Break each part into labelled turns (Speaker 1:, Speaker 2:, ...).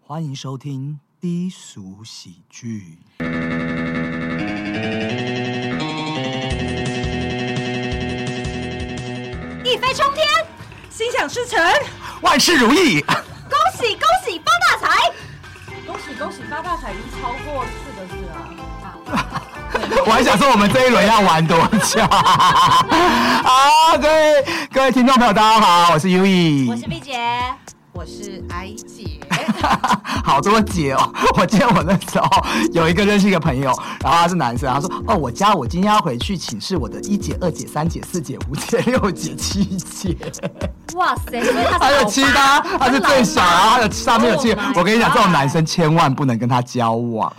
Speaker 1: 欢迎收听低俗喜剧。
Speaker 2: 一飞冲天，心想事成，
Speaker 1: 万事如意，
Speaker 2: 恭喜恭喜发大财！
Speaker 3: 恭喜恭喜发大财已经超过四个字了。
Speaker 1: 我还想说我们这一轮要玩多久？ 好，各位各位听众朋友，大家好，我是 U E，
Speaker 2: 我是碧姐，
Speaker 3: 我是 I 姐，
Speaker 1: 好多节哦！我记得我那时候有一个认识一个朋友，然后他是男生，他说：“哦，我家我今天要回去请示我的一姐、二姐、三姐、四姐、五姐、六姐、七姐，
Speaker 2: 哇塞，所以他是
Speaker 1: 还有
Speaker 2: 老
Speaker 1: 七
Speaker 2: 八
Speaker 1: 他，他是最小，然后还有上面有七
Speaker 3: Oh my。
Speaker 1: 我跟你讲，这种男生千万不能跟他交往，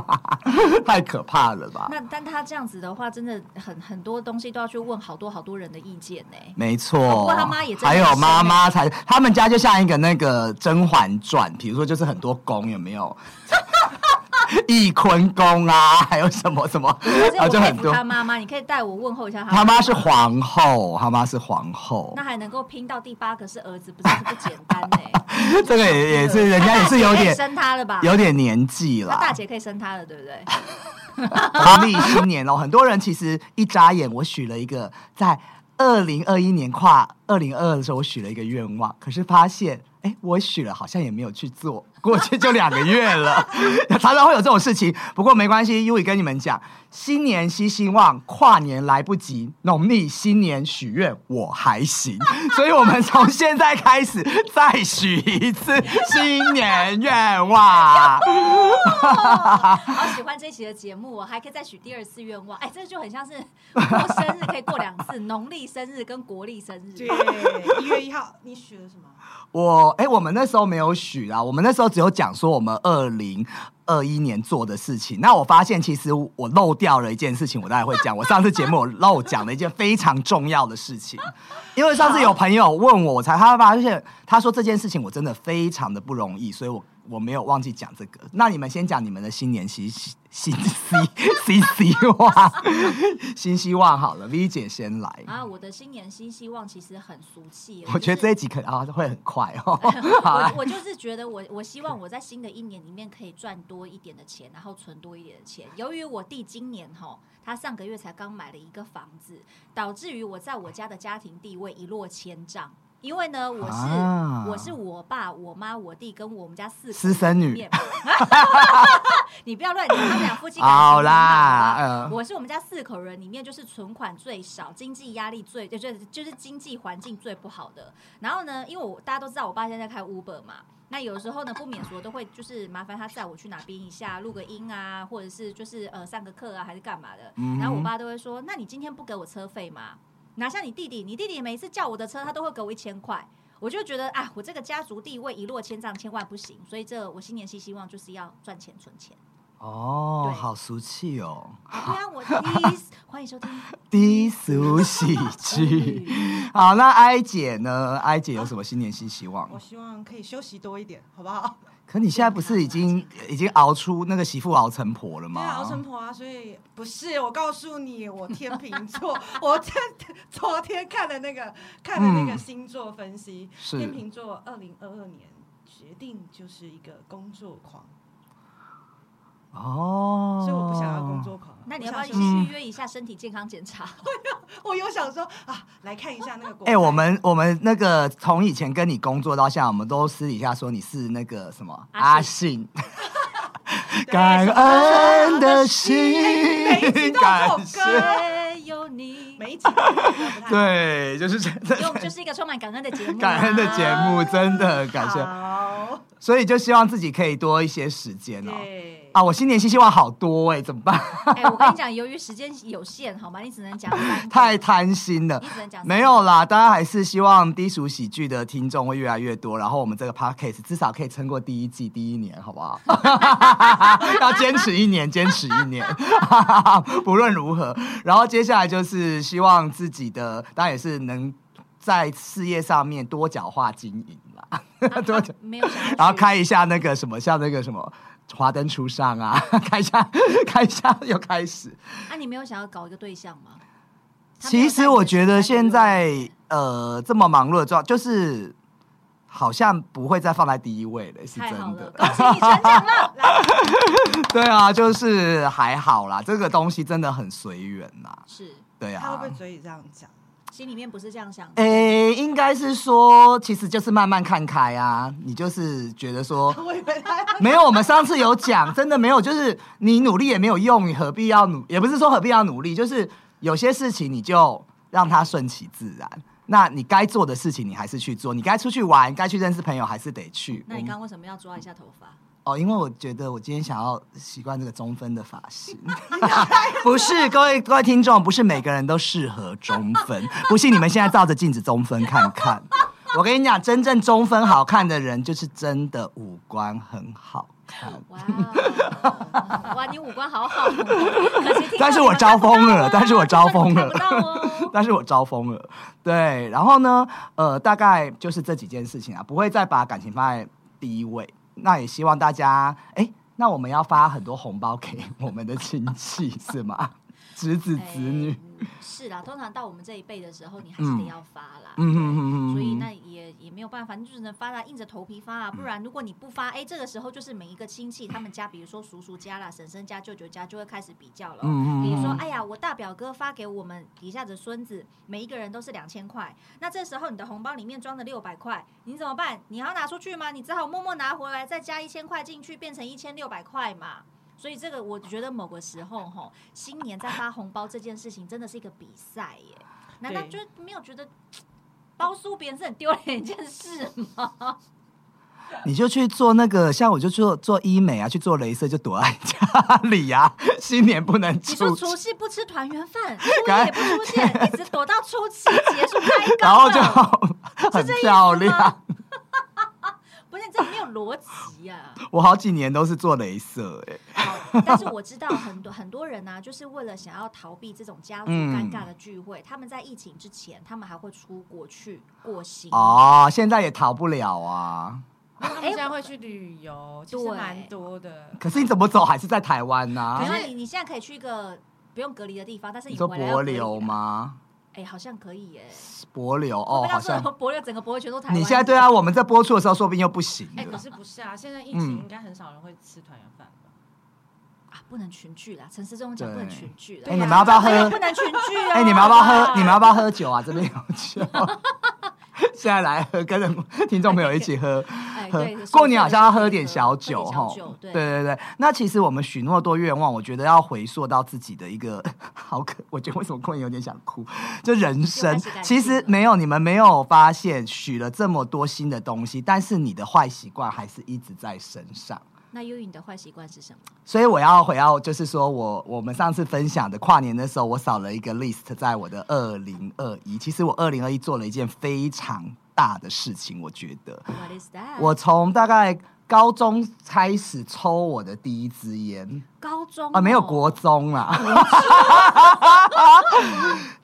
Speaker 1: 太可怕了吧？
Speaker 2: 那但他这样子的话，真的很很多东西都要去问好多好多人的意见呢、
Speaker 1: 没
Speaker 2: 不
Speaker 1: 错
Speaker 2: 过他妈也，真的
Speaker 1: 还有
Speaker 2: 很
Speaker 1: 妈
Speaker 2: 深
Speaker 1: 妈才，他们家就像一个那个《甄嬛传》，比如说就是很多宫有没有？ 翊坤宫啊，还有什么什么
Speaker 2: 可是
Speaker 1: 啊，
Speaker 2: 我
Speaker 1: 就
Speaker 2: 佩
Speaker 1: 很
Speaker 2: 服
Speaker 1: 多。
Speaker 2: 他妈妈，你可以带我问候一下他。
Speaker 1: 他妈是，皇后，他妈是皇后
Speaker 2: 那，还能够拼到第八个是儿子，不是不简单呢、
Speaker 1: 这个 也也是人
Speaker 2: 他
Speaker 1: 家也
Speaker 2: 大姐
Speaker 1: 是有
Speaker 2: 可以
Speaker 1: 点
Speaker 2: 生他了吧？
Speaker 1: 有点年纪
Speaker 2: 他
Speaker 1: 了。
Speaker 2: 大姐可以生他了，对不对？
Speaker 1: 农历新年哦，很多人其实一眨眼，我许了一个在二零二一年跨二零二二的时候，我许了一个愿望，可是发现，哎，我许了好像也没有去做，过去就两个月了， 常常会有这种事情。不过没关系，因为跟你们讲，新年新希望，跨年来不及，农历新年许愿我还行，所以我们从现在开始再许一次新年愿望。
Speaker 2: 好喜欢这一期的节目，我还可以再许第二次愿望。哎，这就很像是 过生日可以过两次，农历生日跟国历生 日。
Speaker 3: 对，一月一号，你许了什么？
Speaker 1: 我哎、我们那时候没有许啊，我们那时候只有讲说我们二零二一年做的事情。那我发现其实我漏掉了一件事情，我待会会讲。我上次节目我漏讲了一件非常重要的事情，因为上次有朋友问我，我才他发现他说这件事情我真的非常的不容易，所以我我没有忘记讲这个。那你们先讲你们的新年新希新希希望新希望好了，V 姐先来。
Speaker 2: 啊，我的新年新希望其实很俗气。
Speaker 1: 我觉得
Speaker 2: 就
Speaker 1: 这一
Speaker 2: 是
Speaker 1: 集可能、啊、会很快哦。好来
Speaker 2: 我我就是觉得我我希望我在新的一年里面可以赚多一点的钱，然后存多一点的钱。由于我弟今年吼，他上个月才刚买了一个房子，导致于我在我家的家庭地位一落千丈。因为呢，我是、
Speaker 1: 啊
Speaker 2: 我是我爸、我妈、我弟跟我们家四口
Speaker 1: 私生女
Speaker 2: 里面， 你不要乱讲，他们俩夫妻
Speaker 1: 好
Speaker 2: 感情很好啊
Speaker 1: 啦，
Speaker 2: 吧
Speaker 1: 嗯、
Speaker 2: 我是我们家四口人里面就是存款最少、经济压力最就是就是经济环境最不好的。然后呢，因为我大家都知道我爸现在在开 Uber 嘛，那有时候呢不免说都会就是麻烦他载我去哪边一下，录个音啊，或者是就是呃上个课啊，还是干嘛的。
Speaker 1: 嗯哼
Speaker 2: 然后我爸都会说：“那你今天不给我车费吗？”哪像你弟弟，你弟弟每次叫我的车，他都会给我一千块。我就觉得啊，我这个家族地位一落千丈，千万不行。所以这我新年新希望就是要赚钱存钱。
Speaker 1: 哦，
Speaker 2: 对
Speaker 1: 好俗气哦，
Speaker 2: 对啊，我第一次 欢迎收听
Speaker 1: 低俗喜 剧。好，那 I 姐呢？I 姐有什么新年新希望
Speaker 3: 我？希望可以休息多一点，好 不好？
Speaker 1: 可你现在不是已经已经熬出那个媳妇熬成婆了
Speaker 3: 对啊，熬成
Speaker 1: 吗？
Speaker 3: 婆啊，所以不是我告诉你，我天 秤座，我这昨天看的那个看的那个
Speaker 1: 嗯
Speaker 3: 星座分析，
Speaker 1: 是
Speaker 3: 天秤座二零二二年决定就是一个工作狂，
Speaker 1: 哦，
Speaker 3: 所以我不想要工。作狂啊，
Speaker 2: 那你
Speaker 3: 我
Speaker 2: 要不要
Speaker 3: 想
Speaker 2: 去
Speaker 3: 休息
Speaker 1: 嗯
Speaker 2: 约一下身体健康检 查？
Speaker 3: 我有想说啊，来看一下那个国
Speaker 1: 哎、
Speaker 3: 外
Speaker 1: 我们我们那个从以前跟你工作到现在，我们都私底下说你是那个什么
Speaker 2: 阿
Speaker 1: 阿信，
Speaker 3: 对
Speaker 1: 感恩的
Speaker 3: 哎 每一集
Speaker 1: 心，
Speaker 3: 都有
Speaker 1: 感
Speaker 3: 这首歌
Speaker 1: 谢。
Speaker 2: 也有你，
Speaker 3: 每一集都有这个不 太
Speaker 1: 对，就是这这
Speaker 2: 因为我们就是一个充满感恩的节目、啊，
Speaker 1: 感恩的节目，真的很感谢。
Speaker 3: 好，
Speaker 1: 所以就希望自己可以多一些时间哦。
Speaker 3: 对，
Speaker 1: 啊，我新年新希望好多哎、怎么办？
Speaker 2: 哎、我跟你讲，由于时间有限，好吗？你只能 讲三个
Speaker 1: 太贪心了
Speaker 2: 你。
Speaker 3: 嗯
Speaker 2: 只能讲三个
Speaker 1: 没有啦，大家还是希望低俗喜剧的听众会越来越多，然后我们这个 podcast 至少可以撑过第一季第一年，好不好？ 要坚持一年，坚持一年， 不论如何。然后接下来就是希望自己的，当然也是能在事业上面多角化经营啦。
Speaker 2: 啊
Speaker 1: 多讲
Speaker 2: 没有想 要去
Speaker 1: 然后开一下那个什么，像那个什么华灯初上啊， 开一下，开一下又开始。
Speaker 2: 啊，你没有想要搞一个对象吗？他没有
Speaker 1: 其
Speaker 2: 在
Speaker 1: 实
Speaker 2: 你的
Speaker 1: 我觉得
Speaker 2: 清单里
Speaker 1: 现
Speaker 2: 面
Speaker 1: 在呃这么忙碌的状，就是好像不会再放在第一位了，是
Speaker 2: 太好
Speaker 1: 真
Speaker 2: 了，
Speaker 1: 的。
Speaker 2: 恭喜你成长了。来
Speaker 1: 对啊，就是还好啦，这个东西真的很随缘啦。
Speaker 2: 是
Speaker 1: 对
Speaker 3: 他
Speaker 1: 啊
Speaker 3: 会不会，嘴里这样讲？
Speaker 2: 心里面不是这样
Speaker 1: 哎
Speaker 2: 想的，
Speaker 1: 诶、应该是说，其实就是慢慢看开啊。你就是觉得说，
Speaker 3: 我以为他
Speaker 1: 没有，我们上次有讲，真的没有，就是你努力也没有用，你何必要努？也不是说何必要努力，就是有些事情你就让它顺其自然。那你该做的事情你还是去做，你该出去玩，该去认识朋友还是得去。
Speaker 2: 那你
Speaker 1: 我们
Speaker 2: 刚刚为什么要抓一下头发？
Speaker 1: 哦，因为我觉得我今天想要习惯这个中分的发 型，不是各位各位听众，不是每个人都适合中分， 不信你们现在照着镜子中分看看。我跟你讲，真正中分好看的人，就是真的五官很好 看。
Speaker 2: 啊哇哦哇，你五官好好哦，可惜听 众
Speaker 1: 但是我招风了，但是我招风了
Speaker 2: 看不，到 哦。
Speaker 1: 但是我招风了。对，然后呢，呃，大概就是这几件事情啊，不会再把感情放在第一位。那也希望大家，哎，那我们要发很多红包给我们的亲戚是吗？侄子子女，
Speaker 2: 哎是啦，通常到我们这一辈的时候，你还是得要发啦。
Speaker 1: 嗯嗯嗯嗯嗯嗯嗯
Speaker 2: 所以那也也没有办法，你就只能发啦，硬着头皮发啊。不然如果你不发，哎，这个时候就是每一个亲戚他们家，比如说叔叔家啦、婶婶家、舅舅家，就会开始比较了。
Speaker 1: 嗯嗯嗯
Speaker 2: 比如说，哎呀，我大表哥发给我们底下的孙子，每一个人都是两千块，那这时候你的红包里面装了六百块，你怎么办？你要拿出去吗？你只好默默拿回来，再加一千块进去，变成一千六百块嘛。所以这个我觉得某个时候吼，新年在发红包这件事情真的是一个比赛耶。难道就没有觉得包输别人是很丢脸一件事吗？
Speaker 1: 你就去做那个，像我就做做医美啊，去做镭射就躲在家里呀、啊，新年不能
Speaker 2: 你说
Speaker 1: 出去，
Speaker 2: 除夕不吃团圆 饭，初一也不出现，一直躲到初七结束开工了，
Speaker 1: 然后就很
Speaker 2: 这意思
Speaker 1: 漂
Speaker 2: 吗
Speaker 1: 亮。
Speaker 2: 不是这没有逻辑呀、
Speaker 1: 我好几年都是做镭射、哎，
Speaker 2: 好但是我知道很多很多人呢、就是为了想要逃避这种家族
Speaker 1: 嗯
Speaker 2: 尴尬的聚会，他们在疫情之前，他们还会出国去过新。
Speaker 1: 哦，现在也逃不了啊。
Speaker 3: 他们现在会去旅游，其实
Speaker 2: 对
Speaker 3: 蛮多的。
Speaker 1: 可是你怎么走还是在台湾呢、
Speaker 2: 可
Speaker 3: 可
Speaker 2: 是
Speaker 3: 是
Speaker 2: 你你现在可以去一个不用隔离的地方，但是
Speaker 1: 啊你
Speaker 2: 你
Speaker 1: 说
Speaker 2: 回来要
Speaker 1: 柏
Speaker 2: 隔离啊
Speaker 1: 流
Speaker 2: 啦？
Speaker 1: 吗？
Speaker 2: 哎、好像可以耶、
Speaker 1: 柏流
Speaker 2: 会不
Speaker 1: 哦
Speaker 2: 会，
Speaker 1: 好
Speaker 2: 到时
Speaker 1: 像
Speaker 2: 候柏流整个柏流全都台湾。
Speaker 1: 你现在对啊，我们在播出的时候说不定又不行
Speaker 3: 哎，可
Speaker 1: 了。
Speaker 3: 是不是啊？现在疫
Speaker 1: 嗯
Speaker 3: 情应该很少人会吃团圆饭吧？
Speaker 2: 啊，不能群聚啦！陈思忠讲
Speaker 1: 对
Speaker 2: 不能群聚啦。
Speaker 1: 哎你们要不要喝
Speaker 2: 小朋友不能群聚啊！
Speaker 1: 哎、你们要不要
Speaker 3: 好
Speaker 1: 喝？
Speaker 3: 吧
Speaker 1: 你们要不要喝酒啊？这边有酒， 现在来喝，跟着听众朋友一起喝。
Speaker 2: 哎
Speaker 1: 喝
Speaker 2: 对所以
Speaker 1: 过年好像要喝
Speaker 2: 喝
Speaker 1: 点小酒
Speaker 2: 喝点小
Speaker 1: 哈
Speaker 2: 酒，对
Speaker 1: 对对对。那其实我们许诺多愿望，我觉得要回溯到自己的一个 好可，我觉得为什么过年有点想哭，就人
Speaker 2: 又开
Speaker 1: 生
Speaker 2: 始感
Speaker 1: 其
Speaker 2: 性
Speaker 1: 实
Speaker 2: 了
Speaker 1: 没有你们没有发现许了这么多新的东西，但是你的坏习惯还是一直在身上。
Speaker 2: 那优于你的坏习惯是什么？
Speaker 1: 所以我要回到，就是说我我们上次分享的跨年的时候，我少了一个 list 在我的二零二一。其实我二零二一做了一件非常大的事情，我觉得
Speaker 2: What is that？
Speaker 1: 我从大概高中开始抽我的第一支烟
Speaker 2: 高中
Speaker 1: 啊，没有
Speaker 2: 哦
Speaker 1: 国中啦。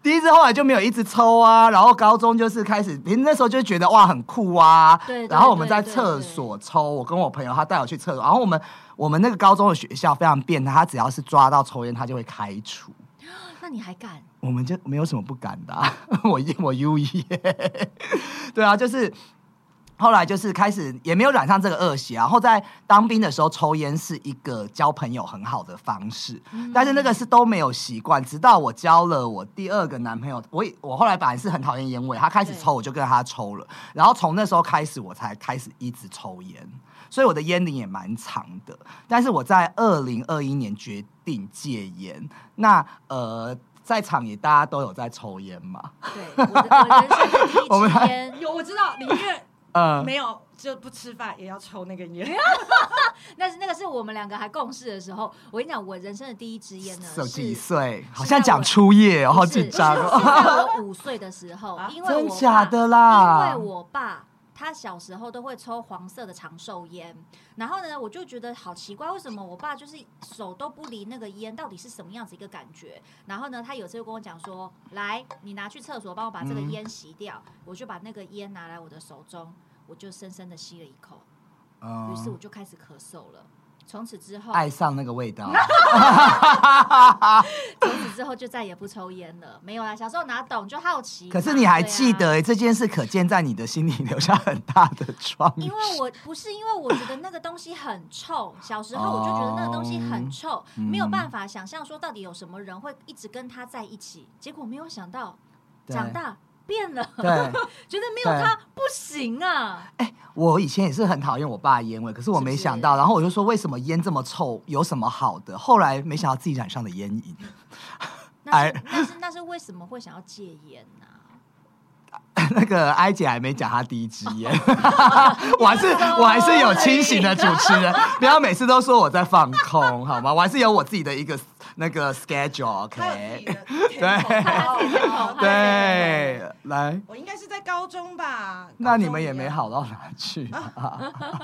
Speaker 1: 第一支后来就没有一直抽啊，然后高中就是开始，你那时候就觉得哇很酷啊。
Speaker 2: 对对
Speaker 1: 然后我们
Speaker 2: 对
Speaker 1: 在
Speaker 2: 对
Speaker 1: 厕
Speaker 2: 对
Speaker 1: 所抽，我跟我朋友他带我去厕所，然后我们我们那个高中的学校非常变态，他只要是抓到抽烟，他就会开除。
Speaker 2: 那你还 敢？
Speaker 1: 我们就没有什么不敢的、啊， 我我 U 一， 对啊，就是后来就是开始也没有染上这个恶习啊，然后在当兵的时候抽烟是一个交朋友很好的方式，但是那个是都没有习惯，直到我交了我第二个男朋友，我也我后来本来是很讨厌烟味，他开始抽我就跟他抽了，然后从那时候开始我才开始一直抽烟，所以我的烟龄也蛮长的，但是我在二零二一年决定戒烟，那呃。在场也大家都有在抽烟嘛，
Speaker 2: 对，我的我人生的第
Speaker 1: 我们
Speaker 2: 一支烟，
Speaker 3: 有我知道，林月
Speaker 1: 嗯，
Speaker 3: 没有就不吃饭也要抽那个烟，
Speaker 2: 那是那个是我们两个还共事的时时候，我跟你讲，我人生的第一支烟呢
Speaker 1: 手几
Speaker 2: 是。
Speaker 1: 岁？好
Speaker 2: 是
Speaker 1: 像
Speaker 2: 在
Speaker 1: 讲
Speaker 2: 我
Speaker 1: 初夜哦，好紧张
Speaker 2: 不
Speaker 1: 哦。
Speaker 2: 是是在 我五岁的时候，
Speaker 3: 啊
Speaker 2: 因为
Speaker 1: 真
Speaker 2: 我
Speaker 1: 假
Speaker 2: 爸
Speaker 1: 的啊啦？
Speaker 2: 因为我爸他小时候都会抽黄色的长寿烟，然后呢，我就觉得好奇怪，为什么我爸就是手都不离那个烟，到底是什么样子一个感觉？然后呢，他有次就跟我讲说：“来，你拿去厕所帮我把这个
Speaker 1: 嗯
Speaker 2: 烟洗掉。我就把那个烟拿来我的手中，我就深深的吸了一口，于是我
Speaker 1: 嗯，
Speaker 2: 就开始咳嗽了。从此之后，
Speaker 1: 爱上那个味道，
Speaker 2: 从此之后就再也不抽烟了。没有啦，小时候哪懂，就好奇嘛。
Speaker 1: 可是你还
Speaker 2: 对啊
Speaker 1: 记得、欸这件事，可见在你的心里留下很大的创
Speaker 2: 因为我不是因为我觉得那个东西很臭，小时候我就觉得那个东西
Speaker 1: 哦
Speaker 2: 很臭，
Speaker 1: 嗯
Speaker 2: 没有办法想象说到底有什么人会一直跟他在一起。结果没有想到
Speaker 1: 对
Speaker 2: 长大变了，
Speaker 1: 对， 哎
Speaker 2: 觉得没有他不行啊。
Speaker 1: 我以前也是很讨厌我爸的烟味，可是我
Speaker 2: 是不
Speaker 1: 没
Speaker 2: 是
Speaker 1: 想到，然后我就说为什么烟这么臭，有什么好的？后来没想到自己染上了烟瘾，
Speaker 2: 那
Speaker 1: 哎
Speaker 2: 是那是那是为什么会想要戒烟啊呢、
Speaker 1: 那个埃姐还没讲她第一支烟，我还是我还是有清醒的主持人，不要每次都说我在放空，好吗？我还是有我自己的一个那个
Speaker 3: 他有自
Speaker 1: schedule，OK？、
Speaker 3: 己的甜头
Speaker 1: 对
Speaker 3: 好好好
Speaker 2: 他有
Speaker 1: 对，来，
Speaker 3: 我应该是在高中吧？
Speaker 1: 那你
Speaker 3: 高中
Speaker 1: 们也
Speaker 3: 一样
Speaker 1: 没，好到哪去，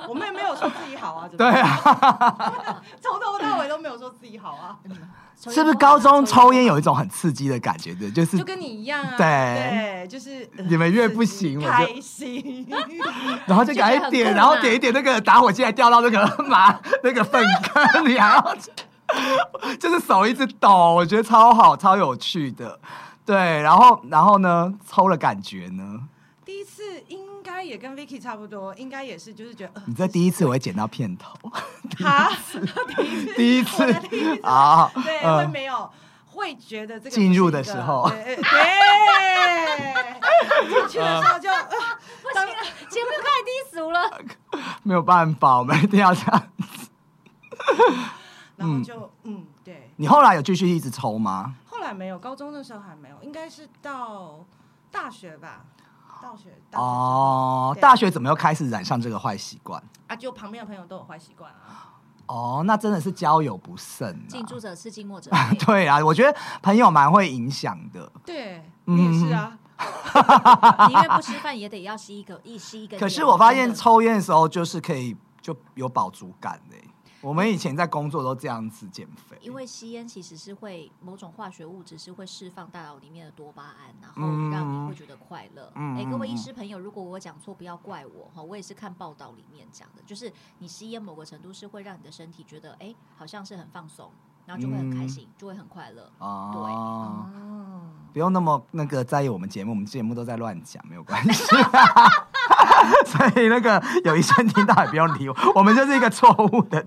Speaker 3: 我们也没有说自己好啊，怎么
Speaker 1: 对啊，
Speaker 3: 从头到尾都没有说自己好啊，
Speaker 2: 抽烟
Speaker 1: 是不是
Speaker 2: 不好
Speaker 1: 高中抽烟
Speaker 2: 不好
Speaker 1: 有一种很刺激的感觉对，就是
Speaker 3: 就跟你一样啊，
Speaker 1: 对
Speaker 3: 对，就是呃
Speaker 1: 你们越不行我就
Speaker 3: 开心，
Speaker 1: 然后就赶快
Speaker 2: 就觉得
Speaker 1: 点，
Speaker 2: 很酷
Speaker 1: 然后
Speaker 2: 嘛
Speaker 1: 点一点那个打火机还掉到那个 马那个粪坑里，然后就就是手一直抖，我觉得超好，超有趣的。对，然后然后呢，抽了感觉呢？
Speaker 3: 第一次应该也跟 Vicky 差不多，应该也是就是觉得 呃
Speaker 1: 你这第一次我会捡到片头，
Speaker 3: 哈，
Speaker 1: 第一次
Speaker 3: 我的第一次
Speaker 1: 啊，
Speaker 3: 对，
Speaker 1: 嗯
Speaker 3: 会没有。会觉得这个
Speaker 1: 进
Speaker 3: 不是
Speaker 1: 入
Speaker 3: 一
Speaker 1: 的
Speaker 3: 个
Speaker 1: 时候
Speaker 3: 对，呃对进去的时候就呃
Speaker 2: 不行啊，节目太低俗了。
Speaker 1: 没有办法，我们一定要这样。
Speaker 3: 然后就嗯，对。
Speaker 1: 你后来有继续一直抽吗？
Speaker 3: 后来没有，高中的时候还没有，应该是到大学吧，大学大学
Speaker 1: 哦，
Speaker 3: 对
Speaker 1: 大学怎么又开始染上这个坏习惯？
Speaker 3: 啊，就旁边的朋友都有坏习惯啊，
Speaker 1: 哦，那真的是交友不慎、啊。
Speaker 2: 近朱者赤，近墨者黑。
Speaker 1: 对啊，我觉得朋友蛮会影响的。
Speaker 3: 对，
Speaker 1: 嗯
Speaker 3: 你也是啊，
Speaker 2: 宁愿不吃饭也得要吸一个一吸一个烟。
Speaker 1: 啊可是我发
Speaker 2: 真
Speaker 1: 现
Speaker 2: 的
Speaker 1: 抽烟的时候就是可以就有饱足感嘞、我们以前在工作都这样子减肥，
Speaker 2: 因为吸烟其实是会某种化学物质是会释放大脑里面的多巴胺，然
Speaker 1: 嗯
Speaker 2: 后让你会觉得快乐。哎、
Speaker 1: 嗯
Speaker 2: 各位
Speaker 1: 嗯
Speaker 2: 医师朋友，如果我讲错，不要怪我哈，我也是看报道里面讲的，就是你吸烟某个程度是会让你的身体觉得哎、好像是很放松，然后就会
Speaker 1: 嗯
Speaker 2: 很开心，就会很快乐。
Speaker 1: 哦，
Speaker 2: 嗯
Speaker 3: 哦，
Speaker 1: 不用那么那个在意我们节目，我们节目都在乱讲，没有关系。 所以那个有医生听到也不用理我，我们就是一个错误的。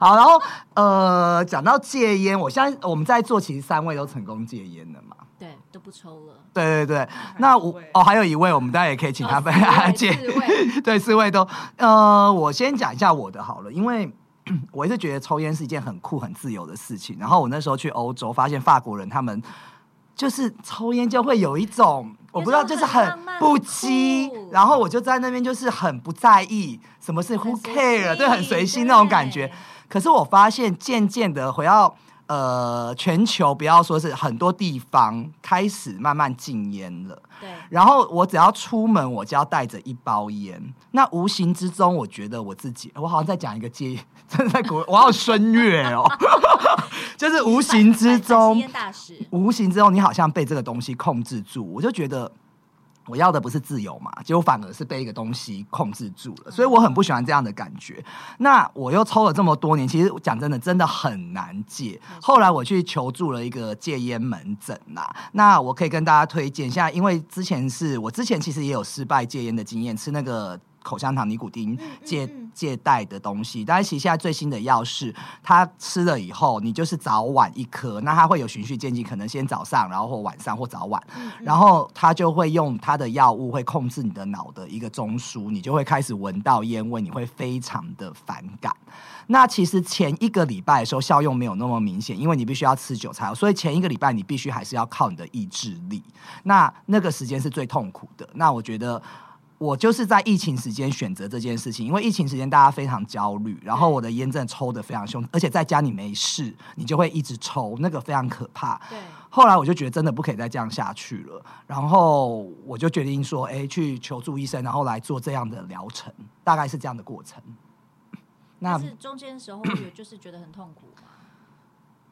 Speaker 1: 好，然后呃，讲到戒烟，我相信我们在座其实三位都成功戒烟了嘛。
Speaker 2: 对，都不抽了。哦
Speaker 1: 对对
Speaker 2: 嗯
Speaker 1: 对，那
Speaker 3: 一
Speaker 1: 我
Speaker 3: 位
Speaker 1: 哦还有一位，我们啊大家也可以 请他分享戒
Speaker 2: 自 慰
Speaker 1: 对，四位都，呃，我先讲一下我的好了，因为 我一直觉得抽烟是一件很酷、很自由的事情。然后我那时候去欧洲，发现法国人他们就是抽烟就会有一种，我不知道，就是
Speaker 2: 有一
Speaker 1: 很
Speaker 2: 种很浪漫
Speaker 1: 不羁
Speaker 2: 很酷。
Speaker 1: 然后我就在那边就是很不在意什么是 who
Speaker 2: 很随
Speaker 1: care，对，很
Speaker 2: 性
Speaker 1: 随心那种感
Speaker 2: 对
Speaker 1: 觉。可是我发现渐渐的回到呃全球，不要说是很多地方开始慢慢禁烟了。
Speaker 2: 对，
Speaker 1: 然后我只要出门，我就要带着一包烟。那无形之中，我觉得我自己，我好像在讲一个戒， 真的在国，我要声乐哦， 就是无形之
Speaker 2: 反吸
Speaker 1: 中
Speaker 2: 烟，大使。
Speaker 1: 无形之中，你好像被这个东西控制住，我就觉得。我要的不是自由嘛，结果反而是被一个东西控制住了，所以我很不喜欢这样的感觉。那我又抽了这么多年，其实讲真的，真的很难戒。后来我去求助了一个戒烟门诊啦、那我可以跟大家推荐一下，因为之前是我之前其实也有失败戒烟的经验，吃那个。口香糖、尼古丁戒
Speaker 2: 嗯
Speaker 1: 戒带的东西，但是其实现在最新的药是，它吃了以后，你就是早晚一颗，那它会有循序渐进，可能先早上，然后或晚上或早晚，然后它就会用它的药物会控制你的脑的一个中枢，你就会开始闻到烟味，你会非常的反感。那其实前一个礼拜的时候效用没有那么明显，因为你必须要吃酒才有，所以前一个礼拜你必须还是要靠你的意志力。那那个时间是最痛苦的。那我觉得。我就是在疫情时间选择这件事情，因为疫情时间大家非常焦虑，然后我的烟真的抽的非常凶，而且在家你没事，你就会一直抽，那个非常可怕。
Speaker 2: 对，
Speaker 1: 后来我就觉得真的不可以再这样下去了，然后我就决定说，哎，去求助医生，然后来做这样的疗程，大概是这样的过程。那
Speaker 2: 但是中间的时候，有就是觉得很痛苦嘛。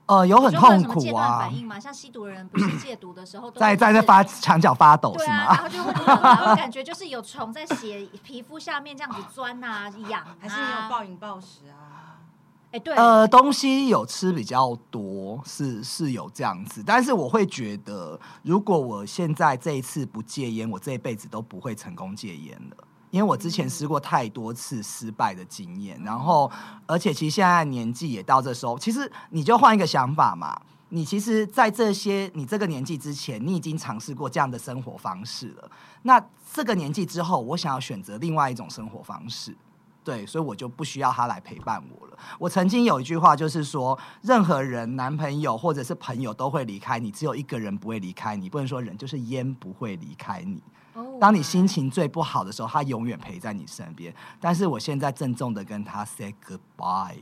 Speaker 1: 呃，有很
Speaker 2: 就会有
Speaker 1: 痛
Speaker 2: 什么戒
Speaker 1: 苦
Speaker 2: 断
Speaker 1: 啊
Speaker 2: 反，应嘛，像吸毒的人不是戒毒的时候，都
Speaker 1: 在
Speaker 2: 会
Speaker 1: 在
Speaker 2: 就
Speaker 1: 在
Speaker 2: 是
Speaker 1: 发墙角发抖
Speaker 2: 对
Speaker 1: 是吗？
Speaker 2: 啊，然后就会痛啊，然后感觉就是有虫在血皮肤下面这样子钻啊、痒啊。
Speaker 3: 还是你有暴饮暴食啊？
Speaker 2: 哎、哎，对，
Speaker 1: 呃，东西有吃比较多，是是有这样子，但是我会觉得，如果我现在这一次不戒烟，我这一辈子都不会成功戒烟了。因为我之前试过太多次失败的经验，然后而且其实现在年纪也到这时候，其实你就换一个想法嘛。你其实，在这些你这个年纪之前，你已经尝试过这样的生活方式了。那这个年纪之后，我想要选择另外一种生活方式，对，所以我就不需要他来陪伴我了。我曾经有一句话就是说，任何人，男朋友或者是朋友都会离开你，只有一个人不会离开你。不能说人就是烟不会离开你。
Speaker 2: 哦
Speaker 1: 当你心，情最不好的时候，他永远陪在你身边。但是我现在郑重的跟他 say goodbye。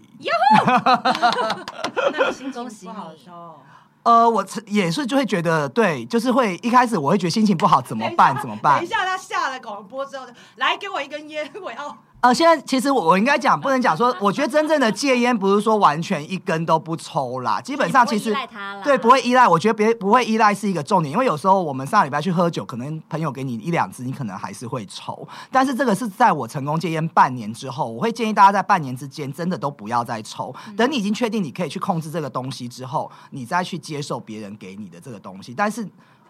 Speaker 3: 那你心
Speaker 2: 恭
Speaker 3: 情
Speaker 2: 喜
Speaker 3: 不好的
Speaker 2: 你
Speaker 3: 时候，
Speaker 1: 呃，我曾也是就会觉得，对，就是会一开始我会觉得心情不好，怎么办？怎么办
Speaker 3: 等一？下，他下了广播之后，就来给我一根烟，我要
Speaker 1: 呃，现在其实我我应该讲，不能讲说，我觉得真正的戒烟不是说完全一根都不抽啦，基
Speaker 2: 基
Speaker 1: 本上其实。对，不
Speaker 2: 会
Speaker 1: 会依赖。我觉得别不会依赖是一个重点，因为有时候我们上礼拜去喝酒，可能朋友给你一两支，你可能还是会抽。但是这个是在我成功戒烟半年之后，我会建议大家在半年之间真的都不要再抽。等你已经确定你可以去控制这个东西之后，你再去接受别人给你的这个东西。但是。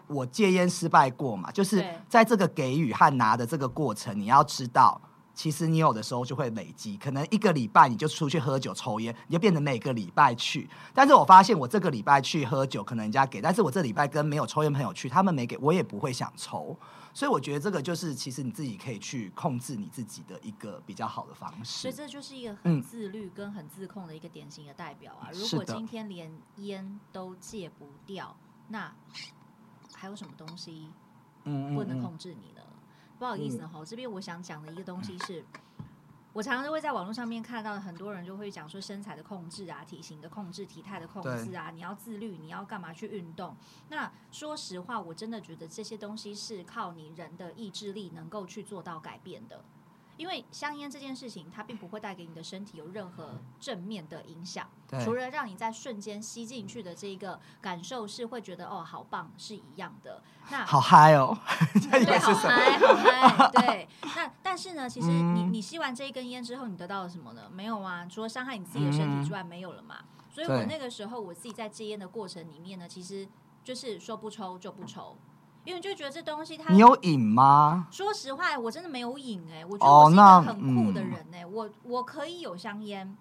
Speaker 1: 我戒烟失败过嘛，就是
Speaker 2: 对
Speaker 1: 在这个给予和拿的这个过程，你要知道，其实你有的时候就会累积，可能一个礼拜你就出去喝酒抽烟，你就变成每个礼拜去。但是我发现我这个礼拜去喝酒，可能人家给，但是我这礼拜跟没有抽烟朋友去，他们没给我也不会想抽。所以我觉得这个就是，其实你自己可以去控制你自己的一个比较好的方
Speaker 2: 所以
Speaker 1: 式。
Speaker 2: 这就是一个
Speaker 1: 嗯
Speaker 2: 很自律跟很自控的一个典型的代表啊。如
Speaker 1: 是
Speaker 2: 果
Speaker 1: 的
Speaker 2: 今天连烟都戒不掉，那还有什么东西
Speaker 1: 嗯
Speaker 2: 不能控制你呢？不好意思哈、这边我想讲的一个东
Speaker 1: 嗯
Speaker 2: 西是，我常常会在网络上面看到很多人就会讲说身材的控制啊、体型的控制、体态的控制啊，你要自律，你要干嘛去运动？那说实话，我真的觉得这些东西是靠你人的意志力能够去做到改变的。因为香烟这件事情，它并不会带给你的身体有任何正面的影响。除
Speaker 1: 对，
Speaker 2: 了让你在瞬间吸进去的这一个感受是会觉得哦好棒是一样的，那
Speaker 1: 好嗨哦！ 这以
Speaker 2: 对
Speaker 1: 为
Speaker 2: 好
Speaker 1: 是什么？
Speaker 2: 嗨好嗨， 对。那但是呢，其实你
Speaker 1: 嗯
Speaker 2: 你吸完这一根烟之后，你得到了什么呢？没有啊，除了伤害你自己的身体之外，没有了嘛。所以我
Speaker 1: 嗯对
Speaker 2: 那个时候我自己在戒烟的过程里面呢，其实就是说不抽就不抽，因为就觉得这东西它
Speaker 1: 你有瘾吗？
Speaker 2: 说实话，我真的没有瘾哎、我觉得
Speaker 1: 哦
Speaker 2: 我是一
Speaker 1: 那
Speaker 2: 个很酷的
Speaker 1: 嗯
Speaker 2: 人哎、我我可以有香烟，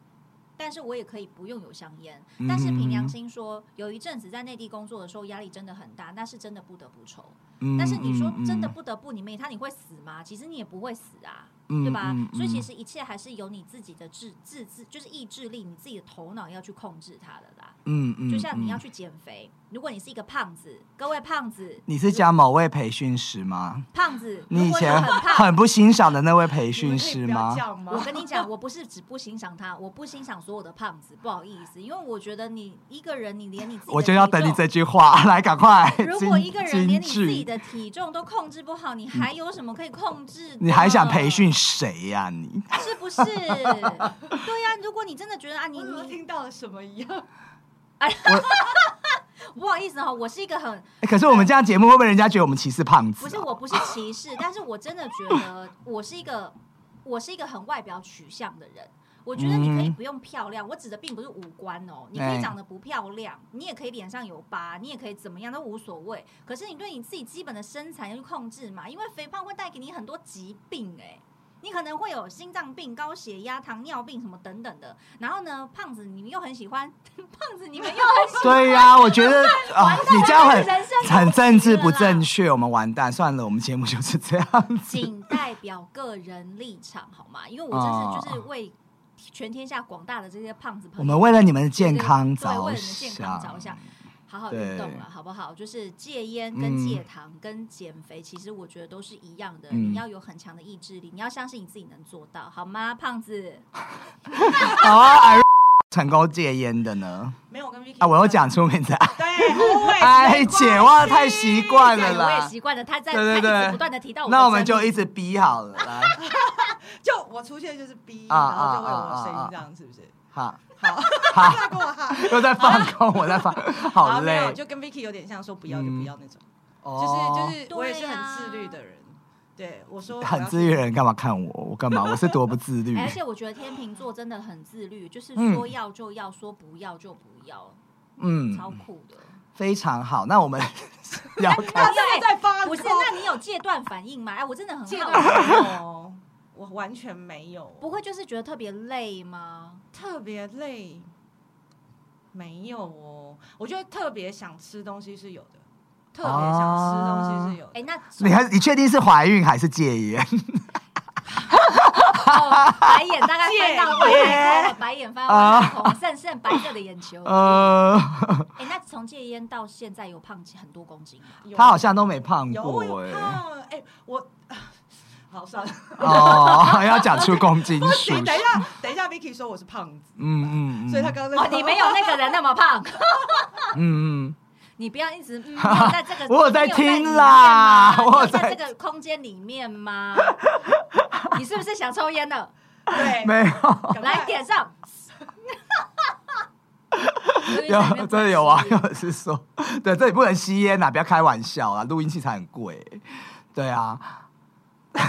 Speaker 2: 但是我也可以不用有香烟。
Speaker 1: 嗯
Speaker 2: 但是凭
Speaker 1: 嗯
Speaker 2: 良心说，有一阵子在内地工作的时候，压力真的很大，那是真的不得不抽。
Speaker 1: 嗯
Speaker 2: 但是你说真的
Speaker 1: 嗯
Speaker 2: 不得不，你没他你会死吗？其实你也不会死啊，
Speaker 1: 嗯
Speaker 2: 对吧？
Speaker 1: 嗯
Speaker 2: 所以
Speaker 1: 嗯
Speaker 2: 其实一切还是由你自己的自自自，就是意志力，你自己的头脑要去控制它的啦。
Speaker 1: 嗯嗯，
Speaker 2: 就像你
Speaker 1: 嗯
Speaker 2: 要去减肥，如果你是一个胖子，各位胖子，
Speaker 1: 你是讲某位培训师吗？
Speaker 2: 胖子，
Speaker 1: 你以
Speaker 2: 如果
Speaker 1: 前
Speaker 2: 很胖。
Speaker 1: 很不欣赏的那位培
Speaker 3: 你
Speaker 1: 训
Speaker 3: 们可以
Speaker 1: 师
Speaker 3: 不要
Speaker 1: 吗
Speaker 3: 这？样
Speaker 2: 我
Speaker 3: 吗？
Speaker 2: 跟你讲，我不是只不欣赏他，我不欣赏所有的胖子，不好意思，因为我觉得你一个人，你连你自己的
Speaker 1: 我就要等你
Speaker 2: 体
Speaker 1: 这句话， 来赶快。
Speaker 2: 重。如果
Speaker 1: 金
Speaker 2: 一个人连你自己，
Speaker 1: 金句
Speaker 2: 的体重都控制不好，你还有什么可以控制的？
Speaker 1: 你还想培训谁呀、你
Speaker 2: 是不是？对呀、如果你真的觉得啊，你
Speaker 3: 我怎么
Speaker 2: 你
Speaker 3: 听到了什么一样？
Speaker 2: 不好意思哈、我是一个很
Speaker 1: 欸可是我们这样节目会不会人家觉得我们歧视胖子、啊？
Speaker 2: 不是，我不是歧视，但是我真的觉得我是一个我是一个很外表取向的人。我觉得你可以
Speaker 1: 嗯
Speaker 2: 不用漂亮，我指的并不是五官哦，你可
Speaker 1: 哎
Speaker 2: 以长得不漂亮，你也可以脸上有疤，你也可以怎么样都无所谓。可是你对你自己基本的身材要去控制嘛，因为肥胖会带给你很多疾病哎、你可能会有心脏病、高血压、糖尿病什么等等的。然后呢，胖子你们又很喜欢， 胖子你们又很喜
Speaker 1: 对呀、我觉 得啊，你这样
Speaker 2: 欢，
Speaker 1: 很
Speaker 2: 人生就
Speaker 1: 很政治不
Speaker 2: 不正
Speaker 1: 正确，我们完蛋，算了，我们节目就是这样。
Speaker 2: 仅代表个人立场好吗？因为我真是就是为全天下广大的这些胖子
Speaker 1: 啊
Speaker 2: 朋友，
Speaker 1: 我们为了你们的健康
Speaker 2: 对
Speaker 1: 着
Speaker 2: 为了你的健康着
Speaker 1: 想
Speaker 2: 想，，好好运动了，好不好？就是戒烟、跟戒糖、跟减肥，其实我觉得都是一样的。
Speaker 1: 嗯
Speaker 2: 你要有很强的意志力，你要相信你自己能做到，好吗，胖子？
Speaker 1: 好啊，哎成功戒烟的 呢？
Speaker 3: 没有，我跟 Vicky
Speaker 1: 啊，我又讲出名字，
Speaker 3: 对，always
Speaker 1: 哎，
Speaker 3: 没
Speaker 1: 姐
Speaker 3: 关
Speaker 1: 哇，
Speaker 3: 系
Speaker 1: 太习惯了
Speaker 2: 对哎我也
Speaker 1: 啦。
Speaker 2: 习惯了，他在
Speaker 1: 对对
Speaker 2: 他一
Speaker 1: 对
Speaker 2: 直不断的提到我的
Speaker 1: 那我们就
Speaker 2: 真
Speaker 1: 一直逼好了， 来，
Speaker 3: 就我出现就是 B，
Speaker 1: 啊
Speaker 3: 然后就会有
Speaker 1: 啊啊
Speaker 3: 我声
Speaker 1: 啊
Speaker 3: 音这样，是不是？
Speaker 1: 好，
Speaker 3: 好，
Speaker 1: 好，
Speaker 3: 大跟我哈，
Speaker 1: 又在放空，我在放， 好
Speaker 3: 没有，
Speaker 1: 累，
Speaker 3: 就跟 Vicky 有点像，说不要就不要那种，
Speaker 1: 哦
Speaker 3: 就是就是
Speaker 2: 对
Speaker 3: 我也是
Speaker 2: 啊
Speaker 3: 很自律的人，对我说
Speaker 1: 很自律的人干嘛看我？我干嘛？我是多不自律
Speaker 2: 哎。而且我觉得天秤座真的很自律，就是说要就要，说不要就不要，
Speaker 1: 嗯，
Speaker 2: 超酷的。
Speaker 1: 非常好。那我 们要
Speaker 3: 他
Speaker 1: 看
Speaker 3: 现在在发
Speaker 2: 不是，
Speaker 3: 疯
Speaker 2: 那你有戒断反应吗？哎，我真的很
Speaker 3: 戒
Speaker 2: 好奇，
Speaker 3: 断没有， 我完全没有，
Speaker 2: 不会就是觉得特别累吗？
Speaker 3: 特别累，没有哦。我觉得特别想吃东西是有的，特别想吃东西是有的。
Speaker 2: 哎， 那
Speaker 1: 你还你确定是怀孕还是戒烟？
Speaker 2: 哦白眼大概翻到外太空了，白眼翻到外太空，剩剩白色的眼球。
Speaker 1: 啊呃，
Speaker 2: 哎，那从戒烟到现在有胖很多公斤 吗？
Speaker 3: 有
Speaker 1: 哦他好像都没胖
Speaker 3: 有我有
Speaker 1: 过哎。
Speaker 3: 胖，哎、我 好算了。
Speaker 1: 哦， 要讲出公斤
Speaker 3: 不
Speaker 1: 数
Speaker 3: 行，。等一下，等一下，Vicky 说我是胖子，
Speaker 1: 嗯嗯嗯，
Speaker 3: 所以他刚刚
Speaker 2: 哦，你没有那个人那么胖，
Speaker 1: 嗯嗯
Speaker 2: 你不要 一直嗯，你有在这个
Speaker 1: 我有在听啦
Speaker 2: 你
Speaker 1: 我有
Speaker 2: 有在里面吗你有在
Speaker 1: 在
Speaker 2: 这个空间里面吗？你是不是想抽烟了？
Speaker 3: 对，
Speaker 1: 没有。
Speaker 3: 赶快
Speaker 2: 来点上。
Speaker 1: 有真的有啊网友是说，对，这里不能吸烟呐、不要开玩笑啊，录音器材很贵。对啊，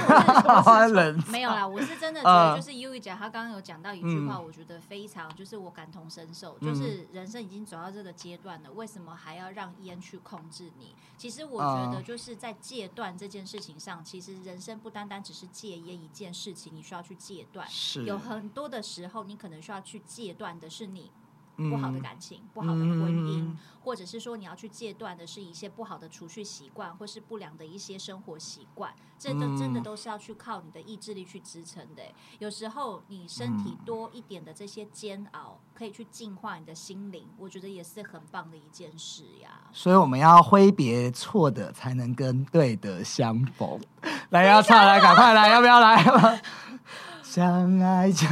Speaker 1: 冷
Speaker 2: 没有啦，我是真的觉
Speaker 1: 嗯
Speaker 2: 得，就是 U 一讲，他刚刚有讲到一句话，
Speaker 1: 嗯
Speaker 2: 我觉得非常，就是我感同身受，
Speaker 1: 嗯
Speaker 2: 就是人生已经走到这个阶段了，为什么还要让烟去控制你？其实我觉得，
Speaker 1: 嗯
Speaker 2: 就是在戒断这件事情上，其实人生不单单只是戒烟一件事情，你需要去戒断。
Speaker 1: 是
Speaker 2: 有很多的时候，你可能需要去戒断的是你不
Speaker 1: 不
Speaker 2: 好的感情、不好的婚姻，
Speaker 1: 嗯
Speaker 2: 或者是说你要去戒断的是一些不好的储蓄习惯，或是不良的一些生活习惯，这都
Speaker 1: 嗯
Speaker 2: 真的都是要去靠你的意志力去支撑的欸。有时候你身体
Speaker 1: 嗯
Speaker 2: 多一点的这些煎熬，可以去净化你的心灵，我觉得也是很棒的一件事呀。
Speaker 1: 所以我们要挥别错的，才能跟对的相逢。来，要唱来，赶快来，要不要来？要不要相爱就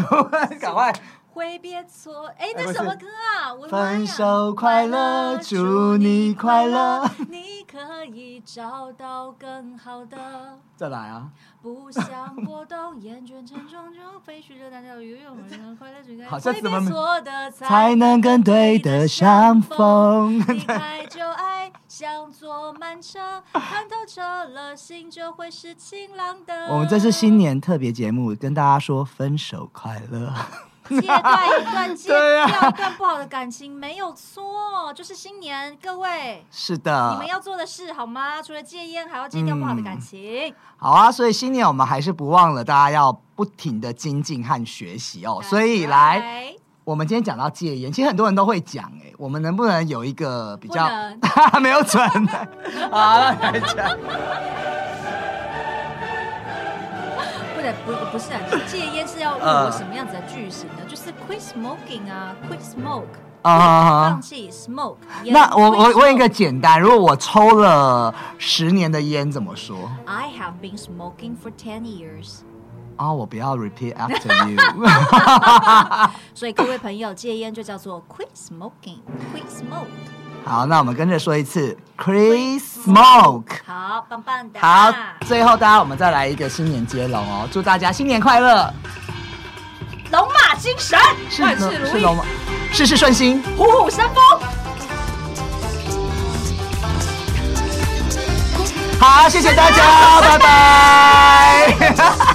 Speaker 1: 赶快，
Speaker 2: 挥别错，哎，
Speaker 1: 哎
Speaker 2: 那
Speaker 1: 不是
Speaker 2: 什么歌啊？我的妈呀
Speaker 1: 分手快乐祝你快乐，
Speaker 2: 你可以找到更好的。
Speaker 1: 再来啊！
Speaker 2: 不想波动，厌倦沉重中飞絮热淡掉游泳，人生快乐只该
Speaker 1: 好像
Speaker 2: 挥
Speaker 1: 怎
Speaker 2: 别
Speaker 1: 么没
Speaker 2: 所得
Speaker 1: 才能跟对的相逢。
Speaker 2: 离开旧爱，像坐慢车，看透彻了，心就会是晴朗的。
Speaker 1: 我们这是新年特别节目，跟大家说分手快乐。
Speaker 2: 戒断一段，戒
Speaker 1: 对啊
Speaker 2: 掉一段不好的感情，没有错，就是新年，各位。
Speaker 1: 是的，
Speaker 2: 你们要做的事好吗？除了戒烟，还要戒掉不好的感情。
Speaker 1: 好啊，所以新年我们还是不忘了，大家要不停的精进和学习哦。所以来，，我们今天讲到戒烟，其实很多人都会讲，哎，我们能不能有一个比
Speaker 2: 不
Speaker 1: 较
Speaker 2: 能
Speaker 1: 没有准 的？好啊，那来讲，
Speaker 2: 不能不不是啊，戒烟是要
Speaker 1: 呃
Speaker 2: 用我什么样子的句型呢？就是 quit smoking 啊，quit smoke
Speaker 1: 啊
Speaker 2: 放弃 smoke 烟。
Speaker 1: 那我我
Speaker 2: quit
Speaker 1: 我问一个
Speaker 2: smoke
Speaker 1: 简单，如果我抽了十年的烟怎么说？
Speaker 2: ，I have been smoking for ten years。
Speaker 1: 啊、我不要 repeat after you。
Speaker 2: 所以各位朋友，戒烟就叫做 quit smoking，quit smoke。
Speaker 1: 好，那我们跟着说一次，Chris Smoke。
Speaker 2: 好，棒棒的。
Speaker 1: 好，最后大家我们再来一个新年接龙哦，祝大家新年快乐！
Speaker 2: 龙马精神，
Speaker 1: 是
Speaker 2: 万
Speaker 1: 呢
Speaker 2: 事
Speaker 1: 是
Speaker 2: 如
Speaker 1: 龙
Speaker 2: 意，
Speaker 1: 吗？事事顺心。
Speaker 2: 虎虎生风。
Speaker 1: 好，谢谢大家，拜拜。